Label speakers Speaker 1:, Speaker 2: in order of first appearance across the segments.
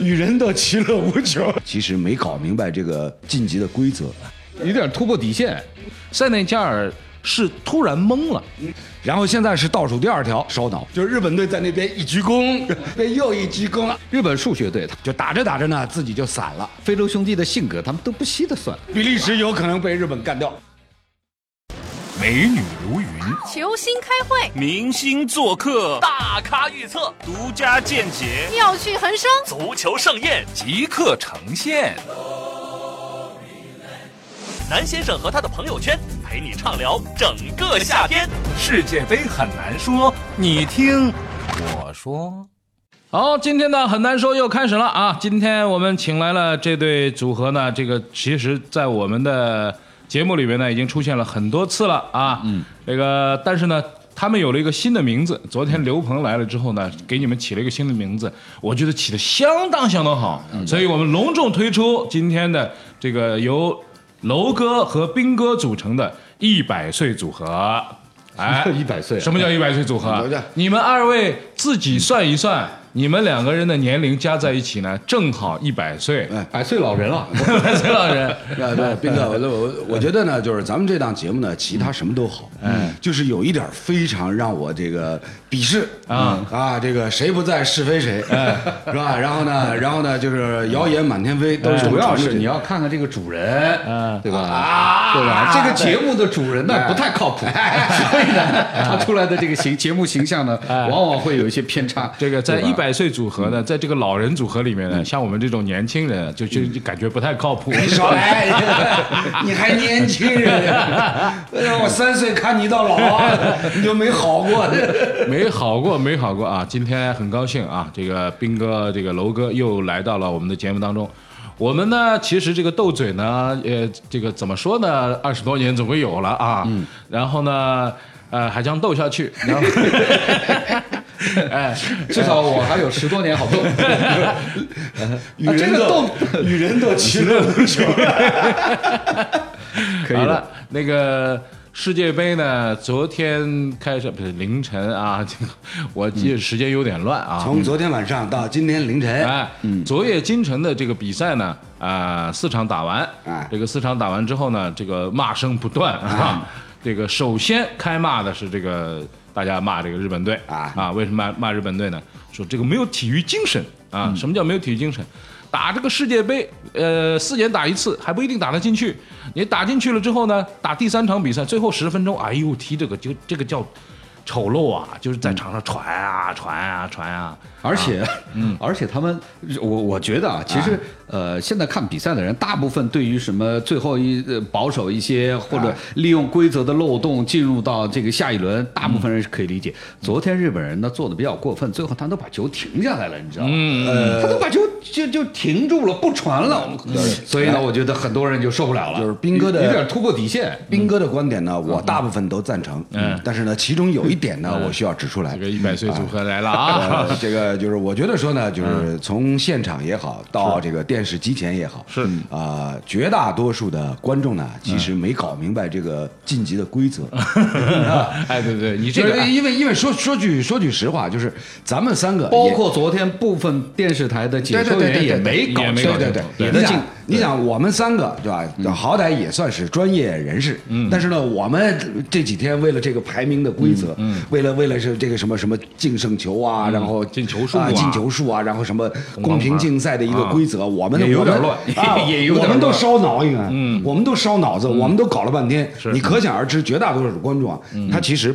Speaker 1: 与人的其乐无穷。
Speaker 2: 其实没搞明白这个晋级的规则，
Speaker 3: 有点突破底线。塞内加尔是突然懵了，
Speaker 2: 然后现在是倒数第二条，烧脑。
Speaker 1: 就日本队在那边一鞠躬，那又一鞠躬，
Speaker 3: 日本数学队，
Speaker 2: 就打着打着呢，自己就散了。
Speaker 3: 非洲兄弟的性格，他们都不稀得算。
Speaker 1: 比利时有可能被日本干掉。
Speaker 4: 美女如云，
Speaker 5: 球星开会，
Speaker 6: 明星做客，
Speaker 7: 大咖预测，
Speaker 6: 独家见解，
Speaker 5: 妙趣横生，
Speaker 7: 足球盛宴
Speaker 4: 即刻呈现。
Speaker 7: 南先生和他的朋友圈陪你畅聊整个夏天。
Speaker 4: 世界杯很难说，你听我说。
Speaker 3: 好，今天呢很难说又开始了啊！今天我们请来了这对组合呢，这个其实在我们的节目里面呢已经出现了很多次了啊。嗯，这个但是呢。他们有了一个新的名字，昨天刘鹏来了之后呢，给你们起了一个新的名字，我觉得起的相当相当好，所以我们隆重推出今天的这个由楼哥和斌哥组成的一百岁组合。哎，
Speaker 1: 一百岁啊
Speaker 3: 什么叫一百岁组合啊
Speaker 1: 等一下？
Speaker 3: 你们二位自己算一算，你们两个人的年龄加在一起呢，正好一百岁。
Speaker 1: 哎百岁老人了，
Speaker 3: 百岁老 人，
Speaker 2: 呃，对，斌哥，我我我觉得呢，就是咱们这档节目呢，其他什么都好，嗯，就是有一点非常让我这个鄙视
Speaker 3: 啊
Speaker 2: 啊，这个谁不在是非谁，是吧？然后呢，然后呢，就是谣言满天飞，都是
Speaker 1: 主要是你
Speaker 2: 要
Speaker 1: 要看看这个主人，
Speaker 3: 嗯啊
Speaker 1: 对吧？对吧？这个节目的主人呢不太靠谱，
Speaker 3: 哎
Speaker 1: 所以 呢，
Speaker 3: 啊
Speaker 1: 他出来的这个形节目形象呢，往往会有一些偏差。
Speaker 3: 这个在
Speaker 1: 对吧
Speaker 3: 一百岁组合呢，在这个老人组合里面
Speaker 1: 嗯
Speaker 3: 呢，像我们这种年轻人啊，就就就感觉不太靠 谱。
Speaker 2: 少
Speaker 1: 哎
Speaker 2: 来，你还年轻人呀， 让我三岁看你到老，
Speaker 1: 啊
Speaker 2: 你就没好 过。
Speaker 3: 没好过，没好过啊！今天很高兴啊，这个斌哥，这个楼哥又来到了我们的节目当中。我们呢，其实这个斗嘴呢，呃，这个怎么说呢？二十多年总归有了啊。嗯。然后呢，呃，还将斗下去。然后，哎，
Speaker 1: 至少我还有十多年 好斗。
Speaker 3: 啊
Speaker 2: 与人
Speaker 1: 这个
Speaker 2: 的
Speaker 1: 动
Speaker 2: 与人的其乐无穷。
Speaker 1: 可以
Speaker 3: 好
Speaker 1: 的
Speaker 3: 了，那个世界杯呢，昨天开始不是凌晨啊，这个我记得时间有点乱
Speaker 1: 嗯
Speaker 3: 啊。
Speaker 2: 从昨天晚上到今天凌晨，
Speaker 3: 哎，昨夜今晨的这个比赛呢，啊、四场打完，
Speaker 2: 哎
Speaker 3: 这个四场打完之后呢，这个骂声不断啊。这个首先开骂的是这个大家骂这个日本队
Speaker 2: 啊
Speaker 3: 为什么骂骂日本队呢？说这个没有体育精神啊，什么叫没有体育精神？打这个世界杯，呃，四年打一次还不一定打得进去。你打进去了之后呢，打第三场比赛，最后十分钟，哎呦，踢这个就这个叫丑陋啊，就是在场上传啊传啊传啊，
Speaker 1: 而且，嗯，而且他们，我我觉得啊，其实，呃，现在看比赛的人，大部分对于什么最后一呃保守一些，或者利用规则的漏洞进入到这个下一轮，大部分人是可以理解。昨天日本人呢做的比较过分，最后他都把球停下来了，你知道吗？他都把球就就停住了，不传了。所以呢，我觉得很多人就受不了了，
Speaker 2: 就是斌哥的
Speaker 1: 有有点突破底线。
Speaker 2: 斌哥的观点呢，我大部分都赞成，嗯，但是呢，其中有一点呢，我需要指出来
Speaker 3: 这。个一百岁组合来了啊！
Speaker 2: 呃，这个就是我觉得说呢，就是从现场也好，到这个电视机前也好，
Speaker 3: 是
Speaker 2: 啊、绝大多数的观众呢，其实没搞明白这个晋级的规则。啊
Speaker 3: 哎，对对，你这
Speaker 2: 这
Speaker 3: 个
Speaker 2: 个，因为因为说说句说句实话，就是咱们三个也，
Speaker 1: 包括昨天部分电视台的解
Speaker 2: 对对
Speaker 1: 说
Speaker 2: 对对
Speaker 1: 员
Speaker 2: 对
Speaker 1: 也没
Speaker 3: 也
Speaker 1: 搞
Speaker 3: 没
Speaker 1: 清
Speaker 3: 搞
Speaker 1: 楚
Speaker 2: 对对
Speaker 3: 对
Speaker 2: 对，
Speaker 1: 也
Speaker 2: 你
Speaker 1: 能进
Speaker 2: 想，你想，我们三个对吧？好歹也算是专业人士，嗯，但是呢，我们这几天为了这个排名的规则，嗯，为了为了是这个什么什么净胜球啊，然后
Speaker 3: 进球数啊
Speaker 2: 啊，进球数啊，然后什么
Speaker 3: 光
Speaker 2: 公平
Speaker 3: 盘
Speaker 2: 竞赛的一个
Speaker 3: 啊
Speaker 2: 规则，我们
Speaker 3: 也有
Speaker 2: 我们
Speaker 3: 点乱
Speaker 2: 啊
Speaker 1: 也有点
Speaker 2: 我们都
Speaker 1: 乱
Speaker 2: 烧脑，应该，嗯，我们都烧脑子，我们都搞了半天，你可想而知，绝大多数观众啊，他其实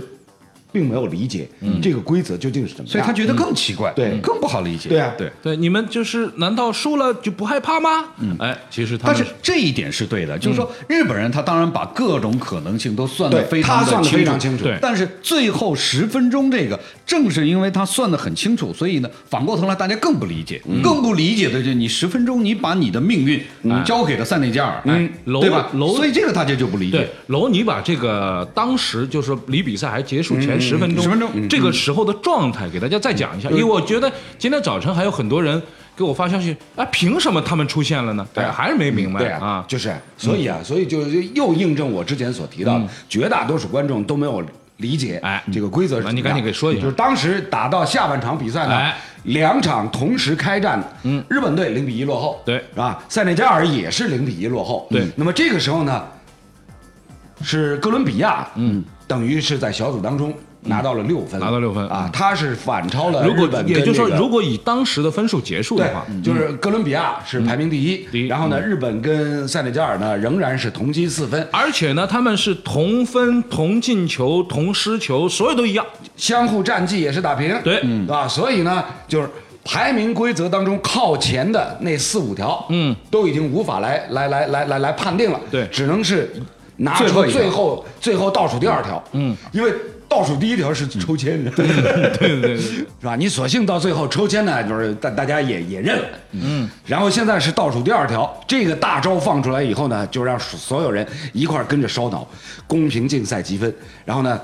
Speaker 2: 并没有理解这个规则究竟是什么样，
Speaker 1: 所以他觉得更奇怪，
Speaker 2: 对
Speaker 1: 更不好理解。
Speaker 2: 对啊
Speaker 1: 对。
Speaker 3: 对你们就是难道输了就不害怕吗？哎，其实他
Speaker 1: 但
Speaker 3: 们
Speaker 1: 是这一点是对的，就是说日本人他当然把各种可能性都嗯算得
Speaker 2: 对
Speaker 1: 非
Speaker 2: 他
Speaker 1: 常
Speaker 2: 算
Speaker 1: 的
Speaker 2: 得非常
Speaker 1: 清
Speaker 2: 清
Speaker 1: 楚
Speaker 2: 楚
Speaker 3: 对
Speaker 1: 但是最后十分钟这个，正是因为他算得很清楚，所以呢，反过头来大家更不理解，更不理解的就是你十分钟你把你的命运交给了塞内加尔，哎
Speaker 3: 楼
Speaker 1: 对吧？
Speaker 3: 楼
Speaker 1: 所以这个大家就不理解
Speaker 3: 对。楼，你把这个当时就是说离比赛还结束前嗯十分钟，嗯
Speaker 1: 10分钟
Speaker 3: 这个时候的状态给大家再讲一下，因为我觉得今天早晨还有很多人给我发消息，啊，凭什么他们出现了呢？对，哎还是没明白
Speaker 2: 对
Speaker 3: 啊。
Speaker 1: 嗯
Speaker 2: 就是，所以啊，所以就就又印证我之前所提到的，绝大多数观众都没有理解，
Speaker 3: 哎
Speaker 1: 嗯
Speaker 2: 这个规则是
Speaker 3: 那
Speaker 2: 怎么
Speaker 3: 你赶紧
Speaker 2: 样
Speaker 3: 给说一下
Speaker 2: 就是当时打到下半场比赛呢，
Speaker 3: 哎
Speaker 2: 两场同时开战，嗯，日本队零比一落后，
Speaker 3: 对
Speaker 2: 是吧？塞内加尔也是零比一落后，嗯
Speaker 3: 对
Speaker 2: 那么这个时候呢，是哥伦比亚，嗯，等于是在小组当中拿到了六分，
Speaker 3: 嗯拿到六分嗯
Speaker 2: 啊，他是反超了
Speaker 3: 如
Speaker 2: 日
Speaker 3: 果
Speaker 2: 本跟这个，
Speaker 3: 也就是说，如果以当时的分数结束
Speaker 2: 对
Speaker 3: 的话，，嗯
Speaker 2: 就是哥伦比亚是排名第一，
Speaker 3: 第一嗯
Speaker 2: 然后呢，日本跟塞内加尔呢仍然是同积四分，
Speaker 3: 而且呢，他们是同分、同进球、同失球，所有都一样。
Speaker 2: 相互战绩也是打平，
Speaker 3: 对
Speaker 2: 对吧？所以呢，就是排名规则当中靠前的那四五条，
Speaker 3: 嗯，
Speaker 2: 都已经无法来来来来来来判定了，
Speaker 3: 对
Speaker 2: 只能是拿
Speaker 8: 最后
Speaker 2: 出
Speaker 8: 一条
Speaker 2: 最后最后倒数第二条，嗯，因为倒数第一条是抽签的，
Speaker 3: 对对对，
Speaker 2: 是吧？你索性到最后抽签呢，就是大大家也也认了，嗯。然后现在是倒数第二条，这个大招放出来以后呢，就让所有人一块儿跟着烧脑，公平竞赛积分。然后呢，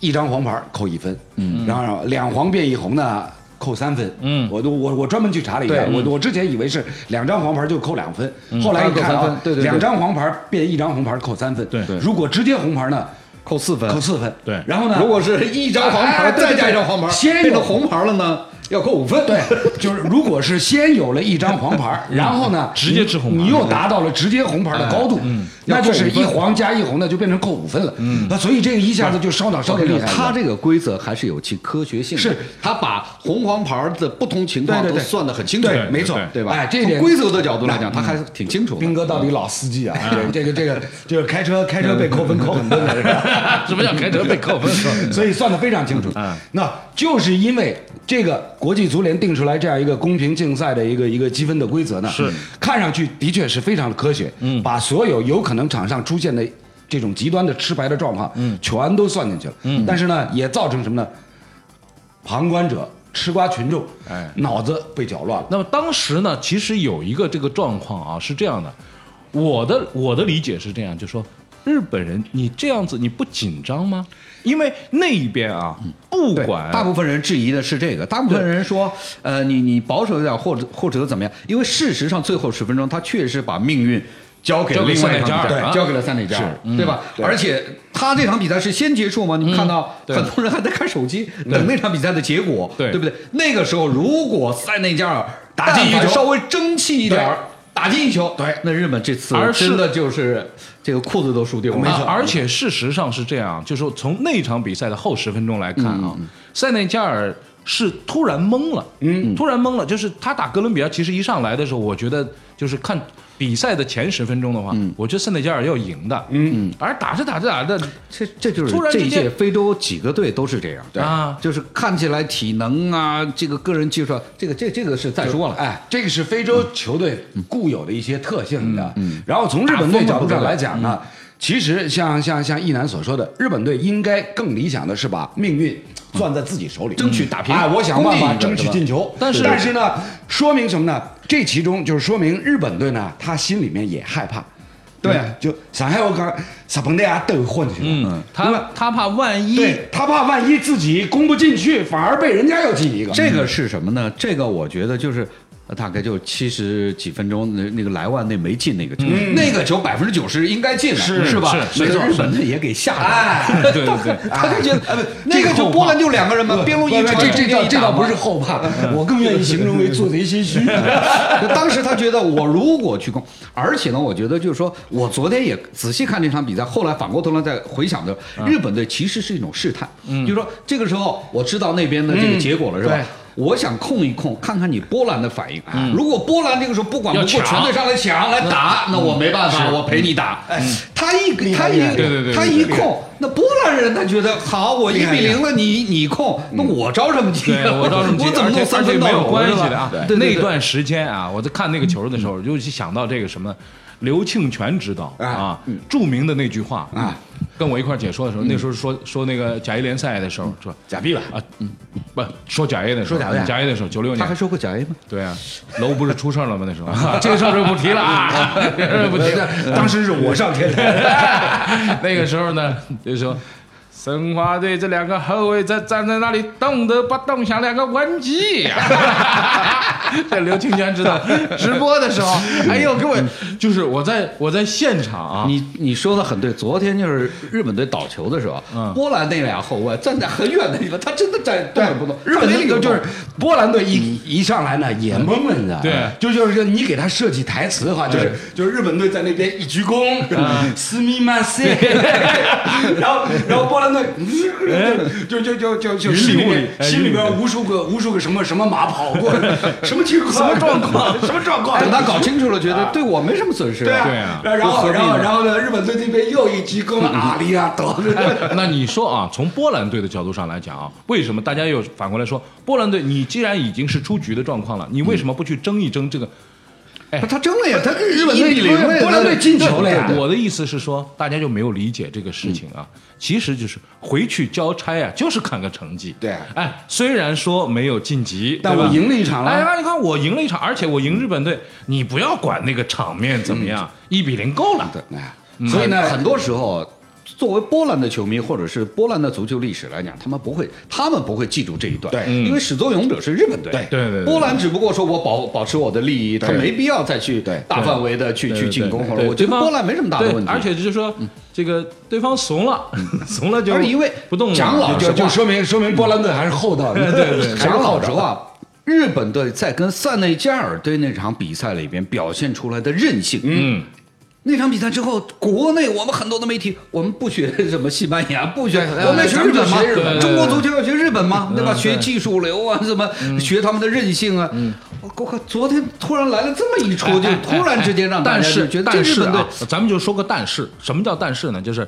Speaker 2: 一张黄牌扣一分，嗯。然后两黄变一红呢。扣三分，嗯，我都我我专门去查了一
Speaker 8: 嗯
Speaker 2: 下，我我之前以为是两张黄牌就扣两分，后来一看
Speaker 8: 扣三
Speaker 2: 啊
Speaker 8: 分，对对对
Speaker 2: 两张黄牌变一张红牌扣三分，
Speaker 3: 对对
Speaker 2: 如果直接红牌呢，
Speaker 8: 扣四分
Speaker 2: 扣四分，
Speaker 3: 对
Speaker 2: 然后呢，
Speaker 8: 如果是一张黄牌，
Speaker 2: 哎对
Speaker 8: 再
Speaker 2: 对
Speaker 8: 加
Speaker 2: 对
Speaker 8: 一张黄牌，
Speaker 2: 先有
Speaker 8: 变成红牌了呢，要扣五分。
Speaker 2: 对， 就是如果是先有了一张黄牌儿，然后呢，
Speaker 3: 嗯直接吃红牌嗯哎
Speaker 2: 你又达到了直接红牌的高度，嗯那就是一黄加一红呢，就变成扣五分了。
Speaker 3: 嗯
Speaker 2: 那所以这个一下子就烧脑烧的厉害了。
Speaker 8: 他这个规则还是有其科学性的，
Speaker 2: 是
Speaker 8: 他把红黄牌的不同情况
Speaker 2: 对对
Speaker 8: 都
Speaker 2: 对
Speaker 8: 算得很清楚，
Speaker 2: 对没错
Speaker 8: 对吧？
Speaker 2: 哎这
Speaker 8: 从
Speaker 2: 点嗯
Speaker 8: 规则的角度来讲，他还挺清楚的。
Speaker 2: 斌哥到底老司机 啊，这个这个这个开车
Speaker 3: 嗯
Speaker 2: 开车被扣分扣很多的是吧？
Speaker 3: 什么叫开车被扣分？
Speaker 2: 所以算得非常清楚。那就是因为这个国际足联定出来这样一个公平竞赛的一个一个积分的规则呢，是看上去的确是非常的科学，嗯，把所有有可能场上出现的这种极端的吃白的状况，嗯，全都算进去了，嗯，但是呢，也造成什么呢？旁观者、吃瓜群众，哎，脑子被搅乱了。
Speaker 3: 那么当时呢，其实有一个这个状况啊，是这样的，我的我的理解是这样，就说日本人你这样子你不紧张吗？因为那一边啊，不
Speaker 8: 嗯对
Speaker 3: 管
Speaker 8: 大部分人质疑的是这个，大部分人说，呃，你你保守一点，或者或者怎么样？因为事实上最后十分钟，他确实把命运交给了
Speaker 3: 交给
Speaker 8: 另外一场
Speaker 3: 塞内加尔
Speaker 8: 比赛，
Speaker 2: 啊
Speaker 3: 对
Speaker 8: 交给了塞内加尔，对吧？
Speaker 2: 嗯
Speaker 8: 而且他这场比赛是先结束吗？你们看到
Speaker 3: 对
Speaker 8: 很多人还在看手机等那场比赛的结果，
Speaker 3: 对
Speaker 8: 不对？那个时候如果塞内加尔
Speaker 2: 打进一球
Speaker 8: 但凡稍微争气一点儿
Speaker 2: 对。
Speaker 8: 打进一球，
Speaker 2: 对
Speaker 8: 那日本这次
Speaker 3: 而是
Speaker 8: 真的就是这个裤子都输丢了，
Speaker 3: 啊而且事实上是这样，就是说从那场比赛的后十分钟来看
Speaker 8: 嗯
Speaker 3: 啊，塞内加尔是突然懵了，嗯，突然懵了，就是他打哥伦比亚，其实一上来的时候，我觉得就是看。比赛的前十分钟的话，
Speaker 8: 嗯
Speaker 3: 我觉得塞内加尔要赢的，嗯，而打着打着打着，
Speaker 8: 这这就是
Speaker 3: 突然
Speaker 8: 这
Speaker 3: 之
Speaker 8: 一
Speaker 3: 间
Speaker 8: 届非洲几个队都是这样，
Speaker 3: 对啊
Speaker 8: 就是看起来体能啊，这个个人技术啊，这个这这个是再说了，
Speaker 2: 哎，这个是非洲球队固有的一些特性的。然后从日本队角度上来讲呢，其实像像像一楠所说的，日本队应该更理想的是把命运。攥在自己手里，争取打平。哎，我想办法争取进球。
Speaker 3: 但是
Speaker 2: 但是呢，说明什么呢？这其中就是说明日本队呢，他心里面也害怕。
Speaker 8: 对
Speaker 2: 嗯就上海我讲，日本队啊斗混去了。
Speaker 3: 嗯，他他怕万一
Speaker 2: 对他怕万一自己攻不进去，反而被人家又进一个。
Speaker 8: 这个是什么呢？这个我觉得就是。呃大概就七十几分钟，那那个莱万那没进那个球，那个球百分之九十应该进的，是吧？
Speaker 3: 是
Speaker 8: 没错，
Speaker 3: 是
Speaker 8: 日本队也给吓
Speaker 2: 哎
Speaker 8: 的，
Speaker 3: 对对 对，
Speaker 8: 他就觉得哎不，那
Speaker 2: 这个
Speaker 8: 个就
Speaker 2: 后
Speaker 8: 波
Speaker 2: 怕
Speaker 8: 兰就两个人嘛，边路一
Speaker 2: 不
Speaker 8: 传，
Speaker 2: 不这这
Speaker 8: 边
Speaker 2: 倒
Speaker 8: 一
Speaker 2: 这
Speaker 8: 打嗯
Speaker 2: 倒不
Speaker 8: 嘛
Speaker 2: 是嗯后怕，我更愿意形容为做贼心 虚。
Speaker 8: 就 当时他觉得我如果去攻，而且呢，我觉得就是说我昨天也仔细看这场比赛，后来反过头来再回想的，日本队其实是一种试探，
Speaker 3: 嗯
Speaker 8: 就是说这个时候我知道那边的这个结果了，是吧
Speaker 2: 对？
Speaker 8: 我想控一控，看看你波兰的反应。啊如果波兰这个时候不管不顾，
Speaker 3: 嗯要抢嗯
Speaker 8: 全队上来抢来打，那我没办法，我陪你打。哎他一
Speaker 2: 厉
Speaker 8: 他
Speaker 2: 害
Speaker 8: 一
Speaker 2: 厉害
Speaker 3: 对对对
Speaker 8: 他一控，那波兰人他觉得好，我一
Speaker 2: 厉害
Speaker 8: 比
Speaker 2: 厉害
Speaker 8: 零了，你你控，那我着什么急
Speaker 3: 对
Speaker 8: 啊？
Speaker 3: 我倒是
Speaker 8: 我怎么
Speaker 3: 而且
Speaker 8: 能三
Speaker 3: 而且
Speaker 8: 分到
Speaker 3: 没有
Speaker 8: 手
Speaker 3: 关
Speaker 8: 是
Speaker 3: 系
Speaker 8: 吧
Speaker 3: 的啊
Speaker 8: 对？对对嗯
Speaker 3: 那段时间啊，我在看那个球的时候，尤其想到这个什么刘庆全指导
Speaker 2: 啊
Speaker 3: 啊，
Speaker 8: 嗯
Speaker 3: 著名的那句话嗯
Speaker 2: 啊，
Speaker 3: 跟我一块儿解说的时候，那时候说说那个甲 A 联赛的时候
Speaker 8: 嗯
Speaker 3: 说
Speaker 2: 假币吧，
Speaker 3: 啊，不说甲 A 的时
Speaker 2: 说
Speaker 3: 候，嗯
Speaker 2: 甲 A 啊
Speaker 3: 甲 A 的时候，九六
Speaker 8: 他还
Speaker 3: 年，
Speaker 8: 说过假 A 吗？
Speaker 3: 对啊，楼不是出事儿了吗？那时候啊这个事儿就不提了 啊，这个事儿不提了。
Speaker 2: 当时是我上天台。
Speaker 3: 那个时候呢，就说申花队这两个后卫在站在那里动都不动，像两个顽疾。 这刘清泉 知道，直播的时 候，哎呦，给我就是我在我在现场啊，
Speaker 8: 你你说的很对，昨天就是日本队倒球的时候，
Speaker 3: 嗯
Speaker 8: 波兰那俩后卫站在很远的地方，他真的在动
Speaker 2: 对
Speaker 8: 也不动。，
Speaker 2: 日本
Speaker 8: 那
Speaker 2: 那个就是波兰队一一上来呢也懵了，你知道吗？
Speaker 3: 对
Speaker 2: 就就是说你给他设计台词的话，就是就是日本队在那边一鞠躬，
Speaker 3: 啊
Speaker 2: 斯密马塞，然后然后波兰队
Speaker 8: 哎
Speaker 2: 就就就就就心里
Speaker 3: 云里雾里
Speaker 2: 面
Speaker 3: 哎
Speaker 2: 心里边无数个无数个什么什么马跑过，什么情况，什么状况，什么状况，
Speaker 8: 等他哎搞清楚了，觉得对我没什么损失、
Speaker 2: 对
Speaker 3: 对
Speaker 2: 啊
Speaker 3: 啊，
Speaker 2: 然后
Speaker 8: 何必
Speaker 2: 然
Speaker 8: 呢
Speaker 2: 后然后呢，日本队这边又一鞠躬，
Speaker 8: 哎啊
Speaker 2: 阿里亚多。
Speaker 3: 那你说啊，从波兰队的角度上来讲啊，为什么大家又反过来说波兰队，你既然已经是出局的状况了，你为什么不去争一争这个？
Speaker 8: 不哎他争了呀，他跟日本队
Speaker 2: 一比
Speaker 8: 比零了呀，
Speaker 2: 波兰队进球了呀
Speaker 8: 对对对嗯
Speaker 3: 我的意思是说，大家就没有理解这个事情啊。其实就是回去交差啊，就是看个成绩。
Speaker 2: 对
Speaker 3: 哎，虽然说没有晋级，
Speaker 2: 但
Speaker 3: 对吧
Speaker 2: 我赢了一场了
Speaker 3: 哎呀，你看我赢了一场，而且我赢日本队，你不要管那个场面怎么样，
Speaker 8: 嗯
Speaker 3: 一比零够了。嗯
Speaker 2: 哎所以呢，
Speaker 8: 很多时候。作为波兰的球迷，或者是波兰的足球历史来讲，他们不会，他们不会记住这一段，
Speaker 2: 对
Speaker 8: 因为始作俑者是日本队，
Speaker 2: 对
Speaker 3: 对对对
Speaker 8: 波兰只不过说我保保持我的利益，他
Speaker 2: 对
Speaker 8: 没必要再去
Speaker 2: 对
Speaker 8: 大范围的去去进攻，或者
Speaker 3: 对
Speaker 8: 我觉
Speaker 3: 对
Speaker 8: 得
Speaker 3: 方
Speaker 8: 波兰没什么大的
Speaker 3: 对
Speaker 8: 问题，
Speaker 3: 而且就是
Speaker 8: 嗯
Speaker 3: 说，这个对方怂了， 怂了就
Speaker 8: 而且因为
Speaker 3: 不动了。
Speaker 8: 讲老实
Speaker 2: 就
Speaker 8: 话
Speaker 2: 就说明说明波兰队还是厚道的。
Speaker 3: 对 对
Speaker 8: 讲老实话，日本队在跟塞内加尔队那场比赛里边表现出来的韧性，
Speaker 3: 嗯，
Speaker 8: 那场比赛之后，国内我们很多的媒体，我们不学什么西班牙，不学，
Speaker 2: 对
Speaker 8: 我们学日本
Speaker 2: 咱们
Speaker 8: 吗
Speaker 2: 就学日？
Speaker 3: 本嗯
Speaker 8: 中国足球要学日本吗？对吧？
Speaker 3: 对嗯
Speaker 8: 学技术流啊，什么学他们的韧性啊。我我靠，昨天突然来了这么一出，
Speaker 3: 哎
Speaker 8: 就突然之间让大
Speaker 3: 但
Speaker 8: 家就是觉得这
Speaker 3: 但
Speaker 8: 日
Speaker 3: 是
Speaker 8: 本队
Speaker 3: 啊，咱们就说个但是，什么叫但是呢？就是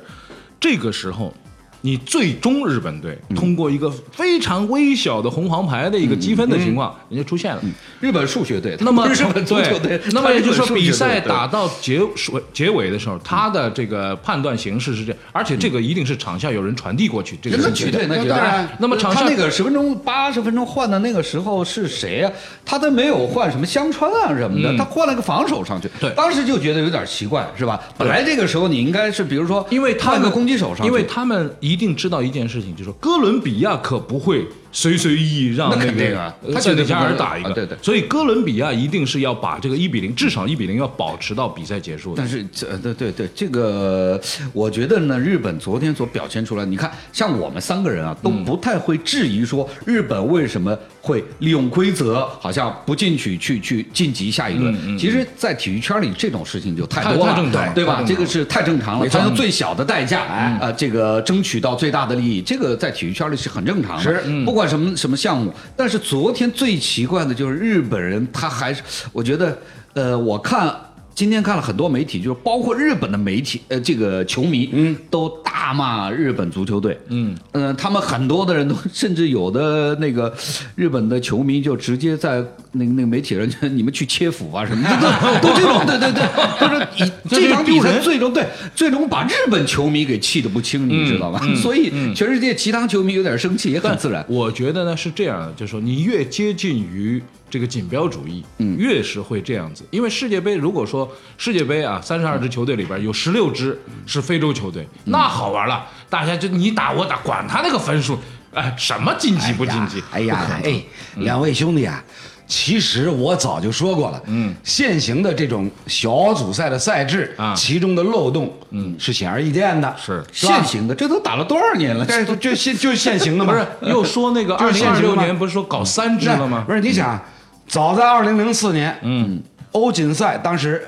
Speaker 3: 这个时候。你最终日本队通过一个非常微小的红黄牌的一个积分的情
Speaker 8: 嗯
Speaker 3: 况，人就出现了。
Speaker 8: 日本数学队，
Speaker 3: 那么
Speaker 8: 他 不是日本足球队
Speaker 3: 对，那么也就是说，
Speaker 8: 他是日本数学队
Speaker 3: 比赛打到结束结尾的时候，他的这个判断形式是这样，而且这个一定是场下有人传递过去，这
Speaker 8: 对
Speaker 3: 个
Speaker 8: 那
Speaker 3: 是绝
Speaker 8: 绝
Speaker 3: 对
Speaker 8: 对，那
Speaker 3: 的。
Speaker 8: 绝
Speaker 2: 当
Speaker 8: 对
Speaker 2: 然。
Speaker 3: 那么场
Speaker 8: 他
Speaker 3: 上
Speaker 8: 那个十分钟八十分钟换的那个时候是谁呀、他都没有换什么香川啊什么的，
Speaker 3: 嗯
Speaker 8: 他换了个防守上去。
Speaker 3: 对
Speaker 8: 当时就觉得有点奇怪，是吧？本来这个时候你应该是，比如说，
Speaker 3: 因为他
Speaker 8: 换
Speaker 3: 们
Speaker 8: 个攻击手上去，
Speaker 3: 因为他们一定知道一件事情，就是说哥伦比亚可不会随随意意让
Speaker 8: 那
Speaker 3: 那
Speaker 8: 肯定
Speaker 3: 个
Speaker 8: 啊
Speaker 3: 呃
Speaker 8: 他
Speaker 3: 塞
Speaker 8: 绝对
Speaker 3: 内
Speaker 8: 不
Speaker 3: 加
Speaker 8: 会
Speaker 3: 尔
Speaker 8: 的
Speaker 3: 打一
Speaker 8: 啊
Speaker 3: 个，
Speaker 8: 对对
Speaker 3: 所以哥伦比亚一定是要把这个一比零，至少一比零要保持到比赛结束的
Speaker 8: 但。是这呃对对对，这个我觉得呢，日本昨天所表现出来，你看，像我们三个人啊，都
Speaker 3: 嗯
Speaker 8: 不太会质疑说日本为什么会利用规则，好像不进去去去晋级下一轮。
Speaker 3: 嗯
Speaker 8: 其实，在体育圈里，这种事情就太多
Speaker 3: 太
Speaker 8: 了，
Speaker 3: 太正常了
Speaker 8: 对吧
Speaker 3: 太正常？了嗯
Speaker 8: 这个是太正常了，他用最小的代价啊、呃这个争取到最大的利益，这个在体育圈里是很正常的，
Speaker 2: 是
Speaker 3: 嗯
Speaker 8: 不管什么什么项目。但是昨天最奇怪的就是日本人，他还是我觉得，呃，我看今天看了很多媒体，就是包括日本的媒体，呃，这个球迷，嗯，都大骂日本足球队，嗯，呃，他们很多的人都， 甚至有的那个日本的球迷就直接在那个那个媒体上， 你们去切腹啊什么的， 都都这种，对对对， 就是以这场比赛最终对最终把日本球迷给气得不轻，你知道吧？所以全世界其他球迷有点生气也很自然。
Speaker 3: 我觉得呢是这样的，就是说你越接近于这个锦标主义，嗯，越是会这样子。因为世界杯，如果说世界杯啊，三十二支球队里边有十六支是非洲球队，
Speaker 8: 嗯
Speaker 3: 那好玩了，大家就你打我打，管他那个分数，哎，什么晋级不嗯晋级？
Speaker 2: 哎呀，哎，两位兄弟啊，其实我早就说过了，嗯，现行的这种小组赛的赛制
Speaker 3: 啊
Speaker 2: 其中的漏洞，嗯，是显而易见的，
Speaker 3: 是
Speaker 2: 吧
Speaker 8: 现，行的，这都打了多少年了？
Speaker 2: 对，就就现就是现行的嘛，
Speaker 3: 不是又说那个
Speaker 2: 就
Speaker 3: 二
Speaker 2: 是
Speaker 3: 零
Speaker 2: 现
Speaker 3: 二
Speaker 2: 实
Speaker 3: 六
Speaker 2: 嘛
Speaker 3: 年不是说搞三支
Speaker 2: 那
Speaker 3: 了吗？
Speaker 2: 不是，你想，早在二零零四年，嗯，欧锦赛当时，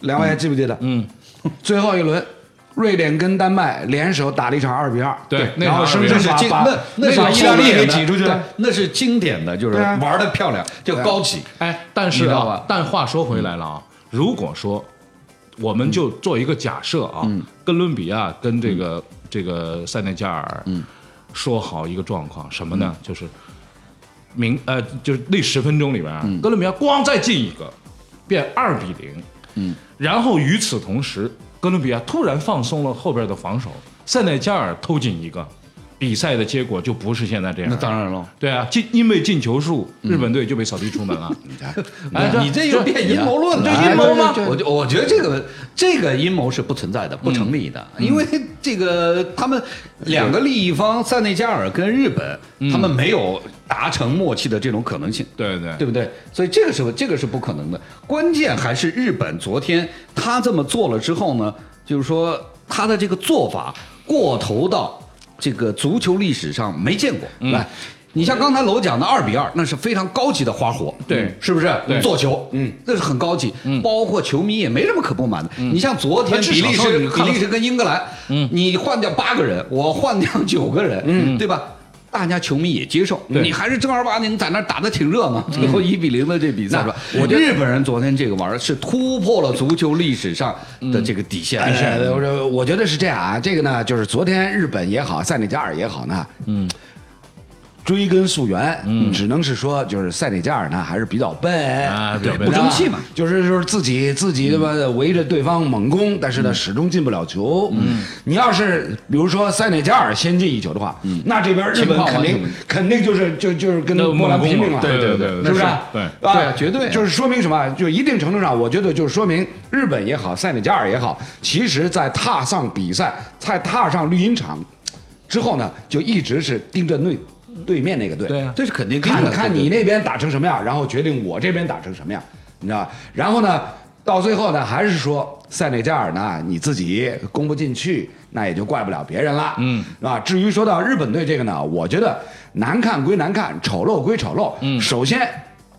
Speaker 2: 两位还记不记得？嗯，最后一轮。瑞典跟丹麦联手打了一场二比二，
Speaker 3: 对那
Speaker 2: 然后
Speaker 3: 场
Speaker 2: 生
Speaker 3: 2比
Speaker 2: 生
Speaker 3: 二
Speaker 8: 是
Speaker 2: 把
Speaker 8: 经
Speaker 2: 把
Speaker 8: 那那
Speaker 2: 把
Speaker 8: 是
Speaker 2: 意大利
Speaker 8: 经典
Speaker 2: 给
Speaker 8: 的
Speaker 2: 挤出去
Speaker 8: 对
Speaker 2: 了，
Speaker 8: 那是经典的，就是
Speaker 2: 对啊
Speaker 8: 玩的漂亮，就
Speaker 2: 对啊
Speaker 8: 高级。
Speaker 3: 哎，但
Speaker 8: 你
Speaker 3: 是
Speaker 8: 知道
Speaker 3: 啊
Speaker 8: 吧，
Speaker 3: 但话说回来了啊，如果说我们就做一个假设啊，
Speaker 8: 嗯
Speaker 3: 哥伦比亚跟这个、这个塞内加尔，
Speaker 8: 嗯
Speaker 3: 说好一个状况，什么呢？就是明呃，就是那十分钟里边啊，
Speaker 8: 嗯
Speaker 3: 哥伦比亚咣再进一个，变二比零，嗯，然后与此同时，哥伦比亚突然放松了后边的防守，塞内加尔偷进一个，比赛的结果就不是现在这样。
Speaker 8: 那当然了，
Speaker 3: 对啊，进因为进球数，日本队就被扫地出门了。
Speaker 2: 嗯
Speaker 3: 哎
Speaker 8: 你这又变阴谋论了，
Speaker 3: 这这阴谋吗
Speaker 8: 哎我就我觉得这个这个阴谋是不存在的，不成立的，
Speaker 3: 嗯
Speaker 8: 因为这个他们两个利益方塞内加尔跟日本，
Speaker 3: 嗯
Speaker 8: 他们没有达成默契的这种可能性。
Speaker 3: 对对
Speaker 2: 嗯
Speaker 8: 对不对？所以这个是这个是不可能的。关键还是日本昨天他这么做了之后呢，就是说他的这个做法过头到这个足球历史上没见过。
Speaker 3: 嗯
Speaker 8: 来，你像刚才楼讲的二比二，那是非常高级的花火，
Speaker 3: 对
Speaker 8: 是不是
Speaker 3: 对？
Speaker 8: 做球，嗯，那是很高级，包括球迷也没什么可不满的。你像昨天
Speaker 3: 那至
Speaker 8: 比
Speaker 3: 少
Speaker 8: 利
Speaker 3: 说
Speaker 8: 时，
Speaker 3: 你看
Speaker 8: 嗯比
Speaker 3: 了
Speaker 8: 利时跟英格兰，嗯，你换掉八个人，我换掉九个人，嗯，对吧？大家球迷也接受，
Speaker 3: 对
Speaker 8: 你还是正儿八经在那儿打得挺热闹，
Speaker 2: 嗯
Speaker 8: 最后一比零的这比赛吧。我日本人昨天这个玩意儿是突破了足球历史上的这个底线，
Speaker 3: 哎
Speaker 2: 呃，我说我觉得是这样啊，这个呢，就是昨天日本也好，塞内加尔也好呢，嗯，追根溯源，嗯，只能是说就是塞内加尔呢还是比较笨
Speaker 3: 啊比嗯较笨
Speaker 2: 你知道吧
Speaker 8: 不争气嘛
Speaker 2: 就是就是自己自己对吧，围着对方猛攻，但是
Speaker 3: 嗯
Speaker 2: 呢始终进不了球。嗯，你要是比如说塞内加尔先进一球的话，嗯，那这边日
Speaker 8: 情
Speaker 2: 本
Speaker 8: 况
Speaker 2: 肯
Speaker 8: 完全
Speaker 2: 定肯定就是就就是跟
Speaker 3: 那
Speaker 2: 波兰
Speaker 3: 猛攻
Speaker 2: 拼命
Speaker 3: 嘛
Speaker 2: 了，
Speaker 3: 对对对对
Speaker 2: 是不是
Speaker 3: 那是？对
Speaker 2: 啊
Speaker 8: 对啊绝对啊
Speaker 2: 就是说明什么？就一定程度上，我觉得就是说明日本也好，塞内加尔也好，其实在踏上比赛，在踏上绿茵场之后呢，就一直是盯着对对面那个队，
Speaker 3: 对啊
Speaker 8: 这是肯定定
Speaker 2: 看
Speaker 8: 的。
Speaker 2: 看
Speaker 8: 对
Speaker 2: 你那边打成什么样，然后决定我这边打成什么样，你知道吧？然后呢，到最后呢，还是说塞内加尔呢你自己攻不进去，那也就怪不了别人了，嗯，是吧？至于说到日本队这个呢，我觉得难看归难看，丑陋归丑陋，嗯，首先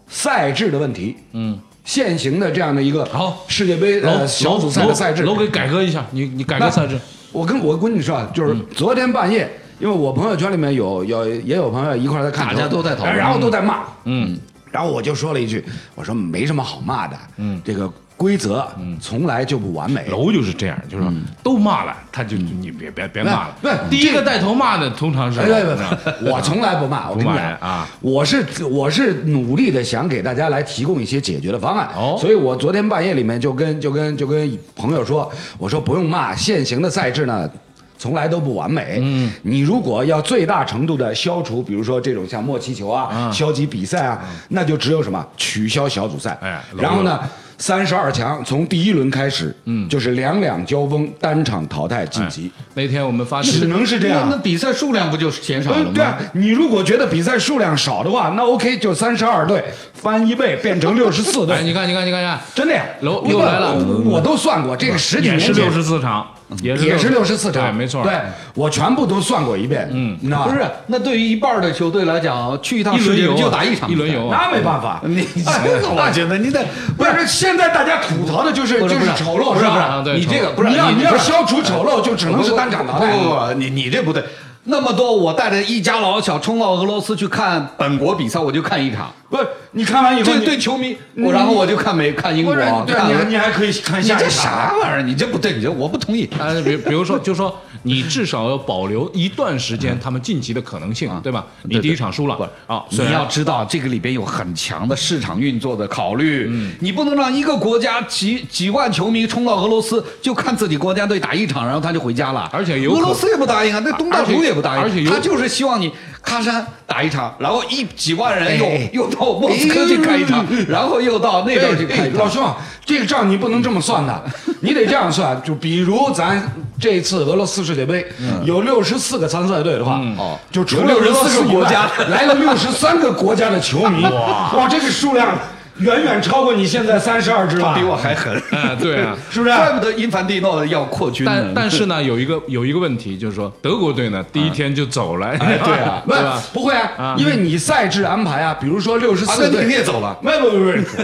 Speaker 2: 赛制的问题，嗯。现行的这样的一个
Speaker 3: 好
Speaker 2: 世界杯
Speaker 3: 楼
Speaker 2: 呃小组赛的赛制，
Speaker 3: 楼给改革一下，你你改革
Speaker 2: 那
Speaker 3: 赛制，
Speaker 2: 我跟我跟你说，啊，
Speaker 8: 嗯
Speaker 2: 就是昨天半夜，因为我朋友圈里面有有也有朋友一块儿在看球，
Speaker 8: 大家都在讨论
Speaker 2: 然后都在骂，嗯，然后我就说了一句，我说没什么好骂的，嗯，这个规则
Speaker 8: 嗯
Speaker 2: 从来就不完美，
Speaker 3: 楼就是这样，就是
Speaker 2: 嗯
Speaker 3: 都骂了，他就你别别别骂了。
Speaker 2: 不是
Speaker 3: 第一个带头骂的通常是
Speaker 2: 哎
Speaker 3: 楼，
Speaker 2: 对对
Speaker 3: 你知道吗
Speaker 2: 对，我从来不 骂，我跟你
Speaker 3: 不
Speaker 2: 讲
Speaker 3: 骂人啊，
Speaker 2: 我是我是努力的想给大家来提供一些解决的方案，
Speaker 3: 哦
Speaker 2: 所以我昨天半夜里面就跟就跟就跟朋友说，我说不用骂，现行的赛制呢。从来都不完美。嗯，你如果要最大程度的消除，比如说这种像默契球啊、消极比赛啊，那就只有什么取消小组赛。
Speaker 3: 嗯哎
Speaker 2: 然后呢，三十二强从第一轮开始，嗯，就是两两交锋，单场淘汰晋级，
Speaker 3: 那天我们发
Speaker 2: 只能是这样。啊
Speaker 8: 那那比赛数量不就减少了
Speaker 2: 嗯，
Speaker 8: 吗？
Speaker 2: 对啊，你如果觉得比赛数量少的话，那 OK 就三十二队翻一倍变成六十四
Speaker 3: 哎，
Speaker 2: 队，
Speaker 3: 你看你看你看你看，
Speaker 2: 真的呀，
Speaker 3: 楼
Speaker 2: 我
Speaker 3: 又来了
Speaker 2: 我我都算过，这个十几
Speaker 3: 也
Speaker 2: 年
Speaker 3: 是
Speaker 2: 前
Speaker 3: 六十四场，也是
Speaker 2: 也是六
Speaker 3: 64
Speaker 2: 十四场，
Speaker 3: 对，没错，
Speaker 2: 对，我全部都算过一遍，嗯，你知道吧
Speaker 8: 不是，啊那对于一半的球队来讲，去一趟
Speaker 3: 一
Speaker 8: 世
Speaker 3: 轮
Speaker 8: 界
Speaker 3: 游
Speaker 8: 杯
Speaker 3: 啊
Speaker 8: 就打一场，
Speaker 3: 一轮游啊
Speaker 2: 那没办法，
Speaker 8: 你
Speaker 2: 哎
Speaker 8: 这个我觉得你得
Speaker 2: 不是现在大家吐槽的就是就是丑陋，
Speaker 8: 不是
Speaker 2: 吧？
Speaker 3: 啊对
Speaker 8: 你这个不是
Speaker 2: 你要你要哎
Speaker 8: 不是
Speaker 2: 消除丑陋，就只能是单场淘汰。
Speaker 8: 不不不，你你这不对。那么多，我带着一家老小冲到俄罗斯去看本国比赛，我就看一场。
Speaker 2: 不是，你看完以后，
Speaker 8: 这
Speaker 2: 你
Speaker 8: 对球迷，我然后我就看美看英
Speaker 2: 不
Speaker 8: 国，啊
Speaker 2: 是对
Speaker 8: 看
Speaker 2: 你还
Speaker 8: 俄
Speaker 2: 你还可以看
Speaker 8: 你
Speaker 2: 下一场。
Speaker 8: 这啥玩意儿？你这不对，你这我不同意。
Speaker 3: 啊，比比如说，就说你至少要保留一段时间他们晋级的可能性，对吧？你
Speaker 8: 啊对
Speaker 3: 第一场输了
Speaker 8: 不是
Speaker 3: 啊，虽
Speaker 8: 你
Speaker 3: 然
Speaker 8: 要知道这个里边有很强的市场运作的考虑，你不能让一个国家几几万球迷冲到俄罗斯就看自己国家队打一场，然后他就回家了。
Speaker 3: 而且有
Speaker 8: 俄
Speaker 3: 可
Speaker 8: 罗斯也不答应啊，那东道
Speaker 3: 而且
Speaker 8: 主也不答应，
Speaker 3: 而且有
Speaker 8: 他就是希望你喀山打一场，然后一几万人又、
Speaker 2: 哎
Speaker 8: 又到莫斯科去看一场，然后又到那边去看
Speaker 2: 哎
Speaker 8: 一，场。
Speaker 2: 老兄，这个账你不能这么算 的，你得这样算。就比如咱这次俄罗斯世界杯有六十四个参赛队的话，哦，就除了
Speaker 8: 嗯有64
Speaker 2: 俄罗斯以外
Speaker 8: 个国家
Speaker 2: 来了六十三个国家的球 迷，哇，这个数量远远超过你现在三十二支了
Speaker 8: 啊比，我还狠，
Speaker 3: 哎对啊
Speaker 8: 是不是？怪不得英凡蒂诺要扩军呢。
Speaker 3: 但但是呢，有一个有一个问题，就是说德国队呢，
Speaker 8: 啊
Speaker 3: 第一天就走
Speaker 8: 哎
Speaker 3: 了，对
Speaker 2: 啊不
Speaker 3: 对吧？
Speaker 2: 不会啊，因为你赛制安排啊，比如说六十
Speaker 8: 阿
Speaker 2: 四
Speaker 8: 根
Speaker 2: 队
Speaker 8: 廷，也走了。
Speaker 2: 没不不不，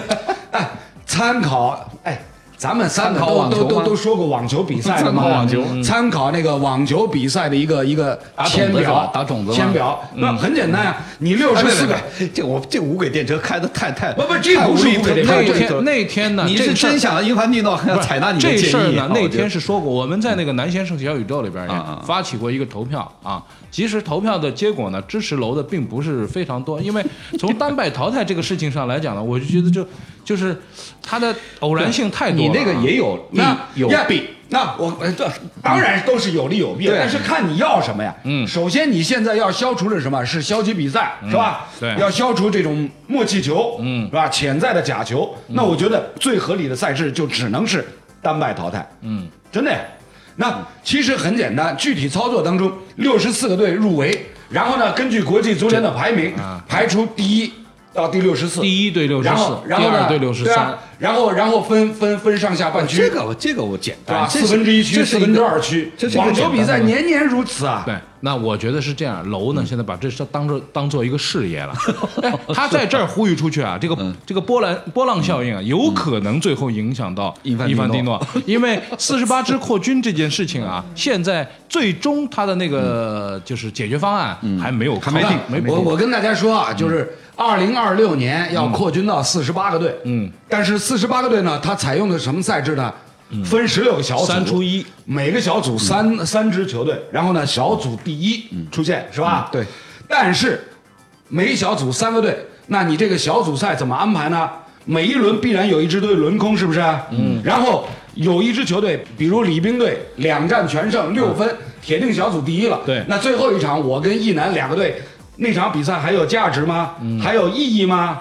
Speaker 2: 哎，参考哎，咱们三个
Speaker 8: 参考
Speaker 2: 都
Speaker 8: 网球
Speaker 2: 都
Speaker 8: 吗
Speaker 2: 都都说过网球比赛了嘛
Speaker 8: 参考网球嗯
Speaker 2: 参考那个网球比赛的一个一个
Speaker 8: 打种
Speaker 2: 签
Speaker 8: 子是吧
Speaker 2: 表，
Speaker 8: 打种子吗
Speaker 2: 签表，那很简单呀，你六
Speaker 8: 哎
Speaker 2: 十
Speaker 8: 别
Speaker 2: 四
Speaker 8: 别
Speaker 2: 个
Speaker 8: 别，这我这无轨电车开的太太
Speaker 2: 不不这
Speaker 8: 太
Speaker 2: 不
Speaker 8: 无
Speaker 2: 是
Speaker 8: 力
Speaker 2: 无轨
Speaker 8: 了
Speaker 2: 电车
Speaker 8: 太
Speaker 3: 那
Speaker 8: 无力了
Speaker 3: 天那天呢，
Speaker 8: 你
Speaker 3: 这
Speaker 8: 是
Speaker 3: 事儿
Speaker 8: 真想英凡蒂诺还要采纳你的
Speaker 3: 这
Speaker 8: 建议？啊
Speaker 3: 事儿呢，
Speaker 8: 我觉
Speaker 3: 那
Speaker 8: 得
Speaker 3: 天是说过，我们在那个南先生小宇宙里边也
Speaker 8: 啊啊
Speaker 3: 发起过一个投票啊。其实投票的结果呢，支持楼的并不是非常多，因为从单败淘汰这个事情上来讲呢，我就觉得就就是它的偶然性太多了。啊
Speaker 8: 你这个也有利
Speaker 2: 啊那
Speaker 8: 有
Speaker 2: 呀
Speaker 8: 弊。
Speaker 2: 那我呃这当然都是有利有弊，
Speaker 8: 对
Speaker 2: 但是看你要什么呀。嗯，首先你现在要消除的是什么？是消极比赛，是吧？
Speaker 3: 对
Speaker 2: 要消除这种默契球，嗯，是吧？潜在的假球。那我觉得最合理的赛事就只能是单败淘汰。嗯，真的呀。那其实很简单，具体操作当中，六十四个队入围，然后呢，根据国际足联的排名排出第一到第六十四，
Speaker 3: 第一对六十
Speaker 2: 然
Speaker 3: 四
Speaker 2: 后，
Speaker 3: 第
Speaker 2: 然后呢
Speaker 3: 二对六十
Speaker 2: 对
Speaker 3: 三
Speaker 2: 啊，然后然后分分分上下半区。
Speaker 8: 这个这个我简
Speaker 2: 对吧？
Speaker 8: 单，这是
Speaker 2: 四分之一区、
Speaker 8: 这是
Speaker 2: 四
Speaker 8: 一个
Speaker 2: 分之二区
Speaker 8: 这，是一个
Speaker 2: 网球比赛年年如此啊。
Speaker 3: 对，那我觉得是这样。楼呢，现在把这是当做当做一个事业了。 哎，他在这儿呼吁出去啊，这个、这个波兰波浪效应啊，有可能最后影响到
Speaker 8: 伊凡
Speaker 3: 嗯
Speaker 8: 蒂诺
Speaker 3: 伊凡蒂诺， 因为四十八支扩军这件事情啊，现在最终他的那个就是解决方案嗯还没有
Speaker 8: 还没
Speaker 3: 考虑
Speaker 8: 定
Speaker 3: 没
Speaker 2: 我我跟大家说啊，就是二零二六年要扩军到四十八个队，
Speaker 3: 嗯，
Speaker 2: 但是四十八个队呢，它采用的什么赛制呢？分十六个小组，
Speaker 3: 三出一，
Speaker 2: 每个小组三三支球队，然后呢，小组第一出现是吧？嗯对，但是每小组三个队，那你这个小组赛怎么安排呢？每一轮必然有一支队轮空，是不是？嗯。然后有一支球队，比如礼宾队，两战全胜，六分，
Speaker 8: 嗯
Speaker 2: 铁定小组第一了。
Speaker 3: 对
Speaker 2: 那最后一场，我跟一南两个队，那场比赛还有价值吗？
Speaker 8: 嗯
Speaker 2: 还有意义吗？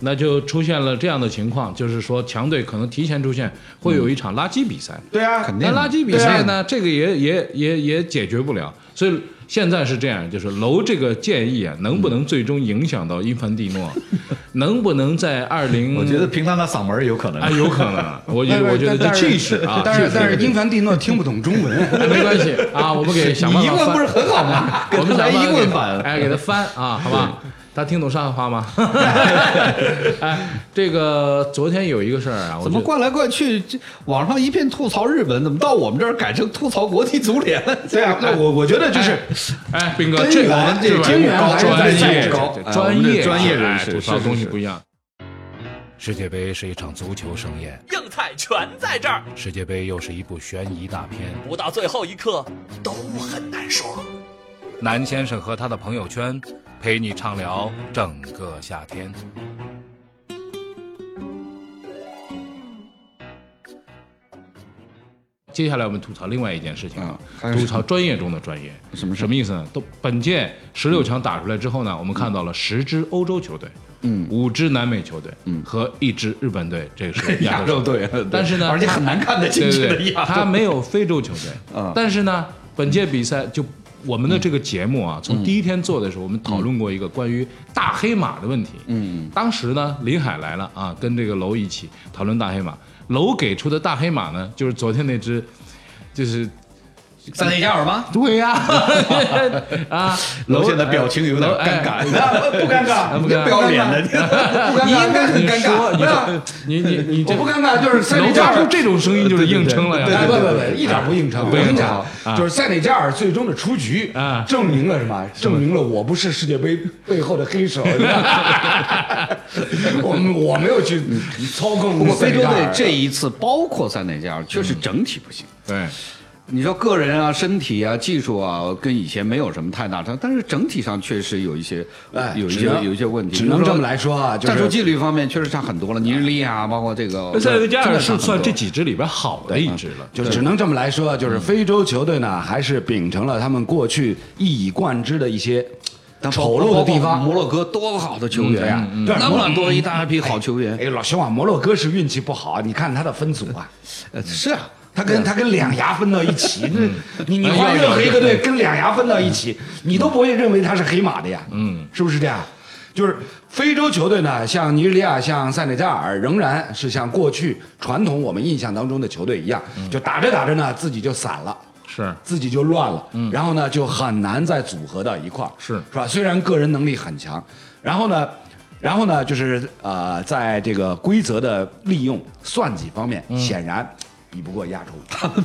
Speaker 3: 那就出现了这样的情况，就是说强队可能提前出现，会有一场垃圾比赛。
Speaker 2: 对啊，
Speaker 8: 肯定
Speaker 3: 那
Speaker 8: 的
Speaker 3: 垃圾比赛呢，这个也也也也解决不了，所以现在是这样，就是楼这个建议啊，能不能最终影响到伊凡蒂诺，能不能在二零？
Speaker 1: 我觉得凭他那嗓门儿有可能。
Speaker 3: 啊，有可能，我觉得我觉得这
Speaker 2: 但是
Speaker 3: 气势啊，
Speaker 2: 但是
Speaker 3: 气势
Speaker 2: 但是英凡蒂诺听不懂中 文。
Speaker 3: 哎没关系啊，我们给想办法翻。英文不是很好吗？ 我们想办法给
Speaker 1: 跟他来英文版
Speaker 3: 哎，给他翻啊，好吧？他听懂上海话吗？哎，这个昨天有一个事儿啊，我
Speaker 8: 怎么
Speaker 3: 觉得
Speaker 8: 怪来怪去？这网上一片吐槽日本，怎么到我们这儿改成吐槽国际足联了？
Speaker 2: 对啊，那我我觉得就是
Speaker 3: 哎，斌哥，
Speaker 2: 根
Speaker 3: 这
Speaker 2: 源
Speaker 3: 个
Speaker 2: 这
Speaker 3: 个
Speaker 2: 根源还是在呃
Speaker 3: 专
Speaker 2: 赛
Speaker 3: 业
Speaker 2: 制
Speaker 8: 高
Speaker 3: 这
Speaker 8: 哎
Speaker 3: 专
Speaker 8: 我们
Speaker 3: 业
Speaker 8: 这专业人
Speaker 3: 哎
Speaker 8: 士
Speaker 3: 吐槽
Speaker 8: 是是
Speaker 3: 东西
Speaker 8: 是
Speaker 3: 不一样。
Speaker 4: 世界杯是一场足球盛宴，
Speaker 7: 硬菜全在这儿，
Speaker 4: 世界杯又是一部悬疑大片。
Speaker 7: 不到最后一刻都很难说。
Speaker 4: 南先生和他的朋友圈，陪你畅聊整个夏天。
Speaker 3: 接下来我们吐槽另外一件事情啊
Speaker 8: 嗯，还是
Speaker 3: 吐槽专业中的专业，什么什么意思呢？都本届十六强打出来之后呢，我们看到了十支欧洲球队，嗯，五支南美球队，嗯，和一支日本队，这个 是亚洲球队。
Speaker 8: 嗯 对，
Speaker 3: 但是呢，
Speaker 8: 而且
Speaker 3: 他
Speaker 8: 很难看 得进
Speaker 3: 对
Speaker 8: 去
Speaker 3: 对
Speaker 8: 的
Speaker 3: 对，
Speaker 8: 亚洲
Speaker 3: 他没有非洲啊球队
Speaker 8: 嗯，
Speaker 3: 但是呢，本届比赛就我们的这个节目啊，从第一天做的时候，我们讨论过一个关于大黑马的问题。嗯，当时呢，林海来了啊，跟这个楼一起讨论大黑马。楼给出的大黑马呢，就是昨天那只，就是
Speaker 8: 三内加尔吗？
Speaker 3: 对呀， 啊，
Speaker 1: 楼现在表情有点
Speaker 3: 哎
Speaker 1: 尴尬，
Speaker 2: 不尴尬，
Speaker 3: 不尴尬
Speaker 8: 不要脸的，
Speaker 2: 不尴尬，
Speaker 8: 你应该很
Speaker 3: 你
Speaker 8: 尴
Speaker 3: 说
Speaker 8: 尬。
Speaker 3: 你你你
Speaker 2: 我
Speaker 3: 这
Speaker 2: 不尴尬，就是塞
Speaker 3: 楼
Speaker 2: 内加
Speaker 3: 发出
Speaker 2: 尔。
Speaker 3: 这种声音就是硬撑了呀，
Speaker 2: 哎不不不，一点不硬撑。我
Speaker 3: 不硬
Speaker 2: 跟你
Speaker 3: 撑
Speaker 2: 讲
Speaker 3: 啊，
Speaker 2: 就是塞内加尔最终的出局
Speaker 3: 啊，
Speaker 2: 证明了什么？证明了我不是世界杯背后的黑 手。我我没有去操控
Speaker 8: 嗯不过
Speaker 2: 塞
Speaker 8: 非
Speaker 2: 内
Speaker 8: 洲
Speaker 2: 加尔
Speaker 8: 队这一次，包括三内加尔，确实整体不行。
Speaker 3: 对。
Speaker 8: 嗯你说个人啊、身体啊、技术啊，跟以前没有什么太大差，但是整体上确实有一些，
Speaker 2: 哎
Speaker 8: 有一些
Speaker 2: 只能
Speaker 8: 有一些问题。
Speaker 2: 只能这么来说啊就是
Speaker 8: 战术纪律方面确实差很多了，尼日利亚包括这个
Speaker 3: 塞内加尔是
Speaker 8: 真的差很
Speaker 3: 算
Speaker 8: 多
Speaker 3: 这几支里边好的一支了，
Speaker 2: 就只能这么来说，啊
Speaker 8: 嗯
Speaker 2: 就是非洲球队呢，还是秉承了他们过去一以贯之的一些
Speaker 8: 但
Speaker 2: 丑
Speaker 8: 包
Speaker 2: 陋
Speaker 8: 括
Speaker 2: 的地方
Speaker 8: 摩。洛哥多好的球员呀，
Speaker 2: 对啊
Speaker 8: 那
Speaker 2: 摩洛
Speaker 8: 么多一大批好球员
Speaker 2: 哎，，老兄啊，摩洛哥是运气不好，啊你看他的分组啊，
Speaker 8: 呃是啊，嗯
Speaker 2: 他跟他跟两牙分到一起，那你你
Speaker 3: 哎
Speaker 2: 换
Speaker 3: 要
Speaker 2: 任何一
Speaker 3: 要
Speaker 2: 个队跟两牙分到一起，你都不会认为他是黑马的呀，嗯，是不是这样？就是非洲球队呢，像尼日利亚、像塞内加尔，仍然是像过去传统我们印象当中的球队一样，
Speaker 8: 嗯
Speaker 2: 就打着打着呢，自己就散了。
Speaker 3: 是
Speaker 2: 自己就乱了，然后呢就很难再组合到一块儿，
Speaker 3: 是
Speaker 2: 嗯是吧？虽然个人能力很强，然后呢，然后呢就是呃，在这个规则的利用算计方面，显然比不过亚洲。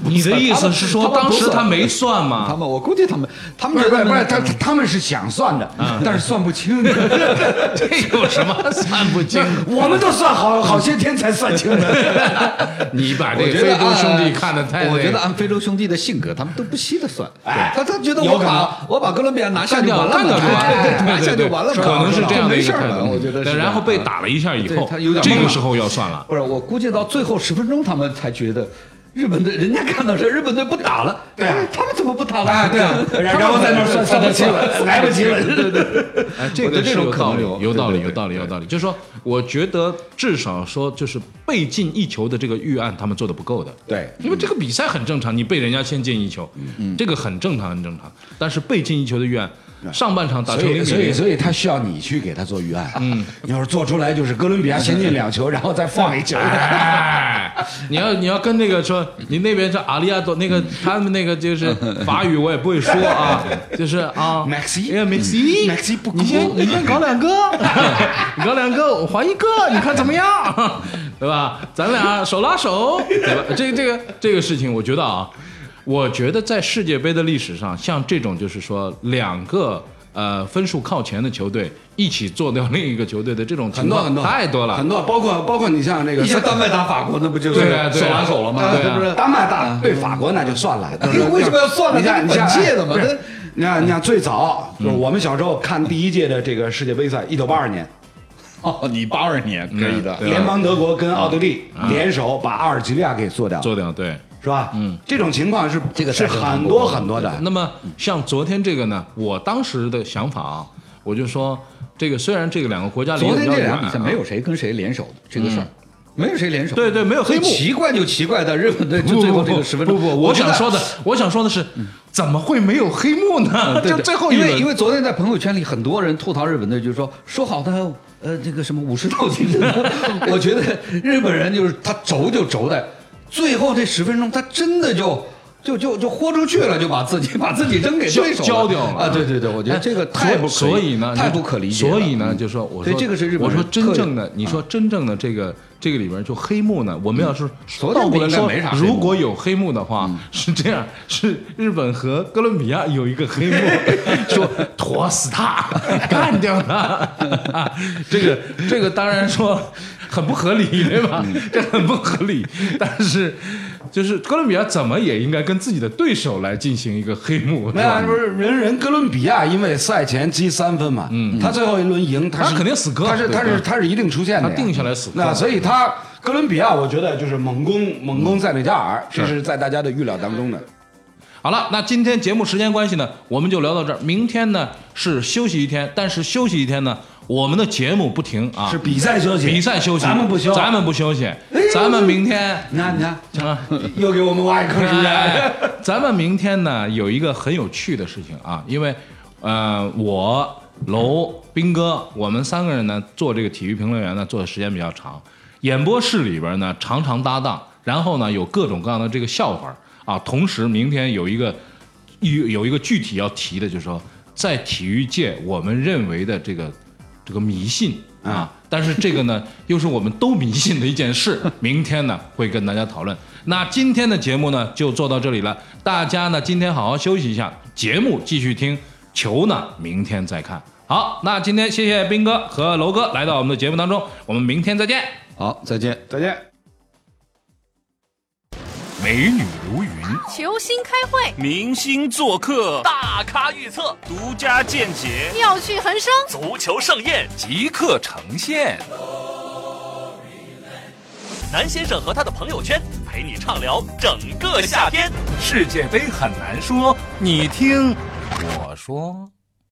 Speaker 3: 你的意思是说，
Speaker 8: 他们
Speaker 3: 当
Speaker 8: 不
Speaker 3: 时
Speaker 8: 算
Speaker 3: 他没算
Speaker 8: 他
Speaker 3: 吗？
Speaker 8: 们，我估计他们，他
Speaker 2: 不
Speaker 8: 们
Speaker 2: 是
Speaker 8: 觉
Speaker 2: 不
Speaker 8: 得
Speaker 2: 是不是，
Speaker 8: 呢
Speaker 2: 他他们是想算的，但是算不清。
Speaker 3: 这有什么算不清？
Speaker 2: 我们都算好好些天才算清 的。
Speaker 3: 你把这
Speaker 8: 哎我
Speaker 3: 个
Speaker 8: 觉得
Speaker 3: 非洲
Speaker 8: 按
Speaker 3: 兄弟看得太那个……
Speaker 8: 我觉得啊按非洲兄弟的性格，他们都不稀得算。
Speaker 2: 哎
Speaker 8: 他他觉得
Speaker 2: 有
Speaker 8: 我
Speaker 2: 可能
Speaker 8: 把我把哥伦比亚拿下
Speaker 3: 干
Speaker 8: 就
Speaker 3: 掉
Speaker 8: 完了嘛，哎
Speaker 3: 干掉就完了，
Speaker 8: 对对对拿下就完了嘛，
Speaker 3: 可能是这样的
Speaker 8: 没
Speaker 3: 一
Speaker 8: 事
Speaker 3: 个
Speaker 8: 儿
Speaker 3: 态
Speaker 8: 了，
Speaker 3: 度，
Speaker 8: 我觉得是。
Speaker 3: 但然后被。打了一下以
Speaker 8: 对
Speaker 3: 后，
Speaker 8: 他有点
Speaker 3: 这
Speaker 8: 懵
Speaker 3: 个
Speaker 8: 了
Speaker 3: 时候要算了。
Speaker 8: 不是，我估计到最后十分钟，他们才觉得日本队，人家看到是日本队不打了，
Speaker 2: 对啊
Speaker 8: 哎他们怎么不打了？
Speaker 2: 啊，对啊，然后在那儿算算不清了，来不及了。
Speaker 3: 哎，这
Speaker 8: 我觉
Speaker 3: 个
Speaker 8: 得 这
Speaker 3: 是
Speaker 8: 种
Speaker 3: 有
Speaker 8: 可
Speaker 3: 道
Speaker 8: 能
Speaker 3: 理
Speaker 8: 有，
Speaker 3: 有道理，
Speaker 8: 对对对
Speaker 3: 有道理，有道理。就是说，我觉得至少说，就是被进一球的这个预案，他们做的不够的。
Speaker 2: 对，
Speaker 3: 因为这个比赛很正常，你被人家先进一球，
Speaker 8: 嗯
Speaker 3: 这个很正常，很正常。但是被进一球的预案，
Speaker 8: 嗯
Speaker 3: 上半场打
Speaker 2: 所
Speaker 3: 成零
Speaker 2: 以，
Speaker 3: 比
Speaker 2: 所以，
Speaker 3: 零，
Speaker 2: 所以他需要你去给他做预案。嗯，你要是做出来就是哥伦比亚先进两 球，然后再放一球，
Speaker 3: 哎， 你要你要跟那个说，你那边是阿利亚多，那
Speaker 8: 嗯
Speaker 3: 个他们那个就是法语，我也不会说 啊，就是啊
Speaker 2: Maxi
Speaker 3: 哎 Maxi
Speaker 8: 嗯
Speaker 2: Maxi 不哭
Speaker 3: 你先你先搞两个，你搞两个，我还一个，你看怎么样？对吧？咱俩手拉手，对吧？这个这个这个事情，我觉得啊，我觉得在世界杯的历史上，像这种就是说两个。呃，分数靠前的球队一起做掉另一个球队的这种情
Speaker 2: 很多
Speaker 3: 况
Speaker 2: 很多
Speaker 3: 太多了，
Speaker 2: 很多包括包括你像那个
Speaker 8: 以前丹麦打法国，那不就是
Speaker 3: 对啊对啊
Speaker 8: 手拉手了吗？
Speaker 3: 对啊
Speaker 8: 不是？
Speaker 2: 丹麦大对法国那就算了，就是
Speaker 8: 哎为什么要算呢
Speaker 2: 你看，
Speaker 8: 这
Speaker 2: 你
Speaker 8: 是
Speaker 2: 像
Speaker 8: 本届的嘛
Speaker 2: 哎
Speaker 8: 这
Speaker 2: 不是你看，你看最早就是我们小时候看第一届的这个世界杯赛，一九八二年，
Speaker 8: 哦，你八二年可以
Speaker 3: 啊
Speaker 8: 的，
Speaker 2: 联邦德国跟奥地利联手把阿尔及利亚给做掉，
Speaker 3: 做掉对。
Speaker 2: 是吧？嗯，这种情况是
Speaker 8: 这个
Speaker 2: 是
Speaker 8: 太恐怖了
Speaker 2: 很多很多的。
Speaker 3: 那么像昨天这个呢，我当时的想法啊，我就说这个虽然这个两个国家离得
Speaker 8: 昨
Speaker 3: 比
Speaker 8: 天
Speaker 3: 较
Speaker 8: 这
Speaker 3: 远啊
Speaker 8: 俩比赛没有谁跟谁联手的这个事儿，嗯没有谁联手。
Speaker 3: 对对没有黑幕
Speaker 8: 所以奇怪就奇怪在日本队就最后这个十分钟，
Speaker 3: 不不不，我
Speaker 8: 觉得嗯
Speaker 3: 想说的，我想说的是，怎么会没有黑幕呢？
Speaker 8: 啊对
Speaker 3: 就
Speaker 8: 对
Speaker 3: 最后一
Speaker 8: 因
Speaker 3: 轮，
Speaker 8: 为因为昨天在朋友圈里很多人吐槽日本队，就说说好的呃这个什么武士道精神， 我觉得日本人就是他轴就轴在最后这十分钟，他真的就。就就就豁出去了，就把自己 把自己扔给对手
Speaker 3: 交交掉了哎
Speaker 8: 啊！对对对，我觉得这个太不可
Speaker 3: 所以呢，
Speaker 8: 太不可理解了。
Speaker 3: 所以呢，就说我说
Speaker 8: 对这个是日本
Speaker 3: 我
Speaker 8: 人
Speaker 3: 说真正
Speaker 8: 特嗯
Speaker 3: 的，你说真正的这个这个里边就黑幕呢，我们要是
Speaker 8: 昨天
Speaker 3: 倒过来
Speaker 8: 应
Speaker 3: 说
Speaker 8: 该没啥，黑幕嗯
Speaker 3: 如果有黑幕的话，是这样，是日本和哥伦比亚有一个黑幕， 说拖死他，干掉他， 啊这个这个当然说很不合理，对吧？
Speaker 8: 嗯
Speaker 3: 这很不合理，但是。就是哥伦比亚怎么也应该跟自己的对手来进行一个黑幕，
Speaker 2: 没
Speaker 3: 是吧
Speaker 2: 有，不是啊人人哥伦比亚因为赛前积三分嘛，嗯，他最后一轮赢，他
Speaker 3: 他
Speaker 2: 是
Speaker 3: 肯定死磕
Speaker 2: 他是
Speaker 3: 对
Speaker 2: 他是
Speaker 3: 对
Speaker 2: 他是一定出现的呀，
Speaker 3: 他定下来死磕
Speaker 2: 那所以他哥伦比亚，我觉得就是猛攻猛攻塞内加尔，这是在大家的预料当中的。
Speaker 3: 好了，那今天节目时间关系呢，我们就聊到这儿。明天呢是休息一天，但是休息一天呢，我们的节目不停啊，
Speaker 2: 是比赛休息，
Speaker 3: 比赛休息，
Speaker 2: 咱们不休，哎
Speaker 3: 咱们不休息，咱们明天
Speaker 2: 你看你看，
Speaker 3: 啊。
Speaker 2: 又给我们挖一坑，是不是？
Speaker 3: 哎 咱们明天呢有一个很有趣的事情啊，因为呃，我楼斌哥，我们三个人呢做这个体育评论员呢做的时间比较长，演播室里边呢常常搭档，然后呢有各种各样的这个笑话啊，同时明天有一个有有一个具体要提的，就是说在体育界我们认为的这个这个迷信啊，但是这个呢又是我们都迷信的一件事。明天呢会跟大家讨论。那今天的节目呢就做到这里了，大家呢今天好好休息一下，节目继续听，球呢明天再看。好，那今天谢谢斌哥和楼哥来到我们的节目当中，我们明天再见。
Speaker 8: 好，再见。
Speaker 2: 再见。
Speaker 6: 美女如云，
Speaker 5: 球星开会，
Speaker 6: 明星做客，
Speaker 7: 大咖预测，
Speaker 6: 独家见解，
Speaker 5: 妙趣横生。
Speaker 7: 足球盛宴，
Speaker 4: 即刻呈现。
Speaker 7: 南先生和他的朋友圈陪你畅聊整个夏天。
Speaker 4: 世界杯很难说，你听我说。